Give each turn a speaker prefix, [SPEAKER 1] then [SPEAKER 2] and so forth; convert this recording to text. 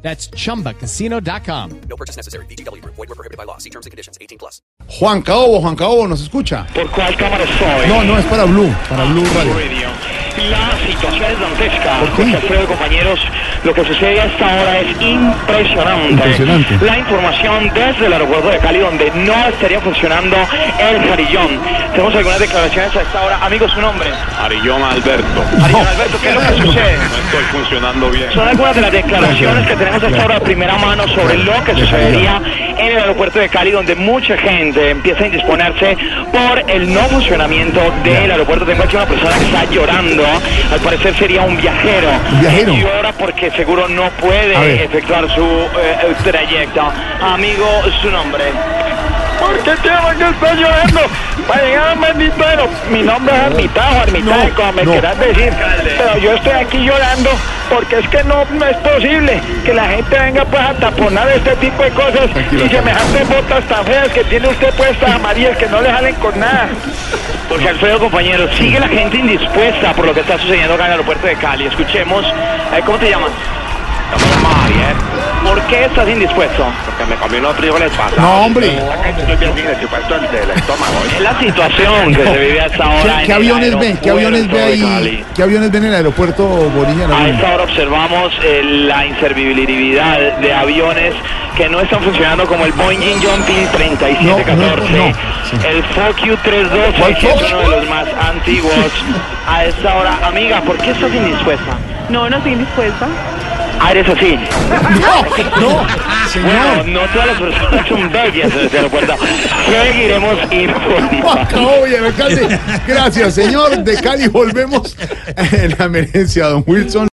[SPEAKER 1] That's chumbacasino.com.
[SPEAKER 2] No purchase necessary. BGW. Void were prohibited by law. See terms and conditions. 18 plus.
[SPEAKER 3] Juan Caobo, Juan Caobo, ¿nos escucha?
[SPEAKER 4] ¿Por cuál cámara estoy?
[SPEAKER 3] No, no, es para Blue, para Blue Radio.
[SPEAKER 4] Radio. La situación es dantesca. José Alfredo, compañeros, lo que sucede a esta hora es impresionante.
[SPEAKER 3] Impresionante.
[SPEAKER 4] La información desde el aeropuerto de Cali, donde no estaría funcionando el jarillón. Tenemos algunas declaraciones a esta hora. Amigos, su nombre.
[SPEAKER 5] Arillón Alberto.
[SPEAKER 4] Arillón Alberto, ¿qué es lo que sucede?
[SPEAKER 5] No estoy funcionando bien.
[SPEAKER 4] Son algunas de las declaraciones que tenemos a esta hora de primera mano sobre lo que sucedería en el aeropuerto de Cali, donde mucha gente empieza a indisponerse por el no funcionamiento del aeropuerto. Tengo aquí una persona que está llorando. Al parecer sería un viajero.
[SPEAKER 3] ¿Un viajero?
[SPEAKER 4] Y Llora porque seguro no
[SPEAKER 3] A ver.
[SPEAKER 4] puede efectuar su eh, trayecto. Amigo, su nombre. ¿Por qué tengo que estar llorando? Para llegar a maldito Mi nombre es Armitajo, Armitajo,
[SPEAKER 3] No,
[SPEAKER 4] como me
[SPEAKER 3] no.
[SPEAKER 4] quieras decir. Pero yo estoy aquí llorando porque es que no, no es posible que la gente venga pues a taponar este tipo de cosas
[SPEAKER 3] Tranquilo,
[SPEAKER 4] y semejantes botas tan feas que tiene usted puestas amarillas que no le salen con nada. Porque Alfredo, compañero, sigue la gente indispuesta por lo que está sucediendo acá en el aeropuerto de Cali. Escuchemos, eh, ¿cómo te llamas? Javier. ¿Por qué estás indispuesto?
[SPEAKER 5] Porque me comí unos frijoles pasados.
[SPEAKER 3] No, hombre,
[SPEAKER 5] Estoy bien sin el supuesto del estómago.
[SPEAKER 4] Es la situación que se vive a esta
[SPEAKER 3] ¿qué,
[SPEAKER 4] hora.
[SPEAKER 3] qué
[SPEAKER 4] en el
[SPEAKER 3] aviones ven? ¿Qué aviones ve
[SPEAKER 4] aeropuerto de Cali.
[SPEAKER 3] ahí? ¿Qué aviones ven en el aeropuerto Borilla?
[SPEAKER 4] A
[SPEAKER 3] Nariño?
[SPEAKER 4] esta hora observamos eh, la inservibilidad de aviones que no están funcionando como el Boeing Junction 3714,
[SPEAKER 3] No, no, no, sí.
[SPEAKER 4] el Fock
[SPEAKER 3] ¿Cuál
[SPEAKER 4] U312, que
[SPEAKER 3] Fock?
[SPEAKER 4] es uno de los más antiguos. A esta hora, amiga, ¿por qué estás indispuesta?
[SPEAKER 6] No, no estoy indispuesta.
[SPEAKER 4] Ah, eres así.
[SPEAKER 3] No, no,
[SPEAKER 4] Bueno,
[SPEAKER 3] señor.
[SPEAKER 4] no todas las personas son bellas en este aeropuerto. Seguiremos informando.
[SPEAKER 3] Juan Caobo y el alcalde. Gracias, señor de Cali. Volvemos en la emergencia, don Wilson.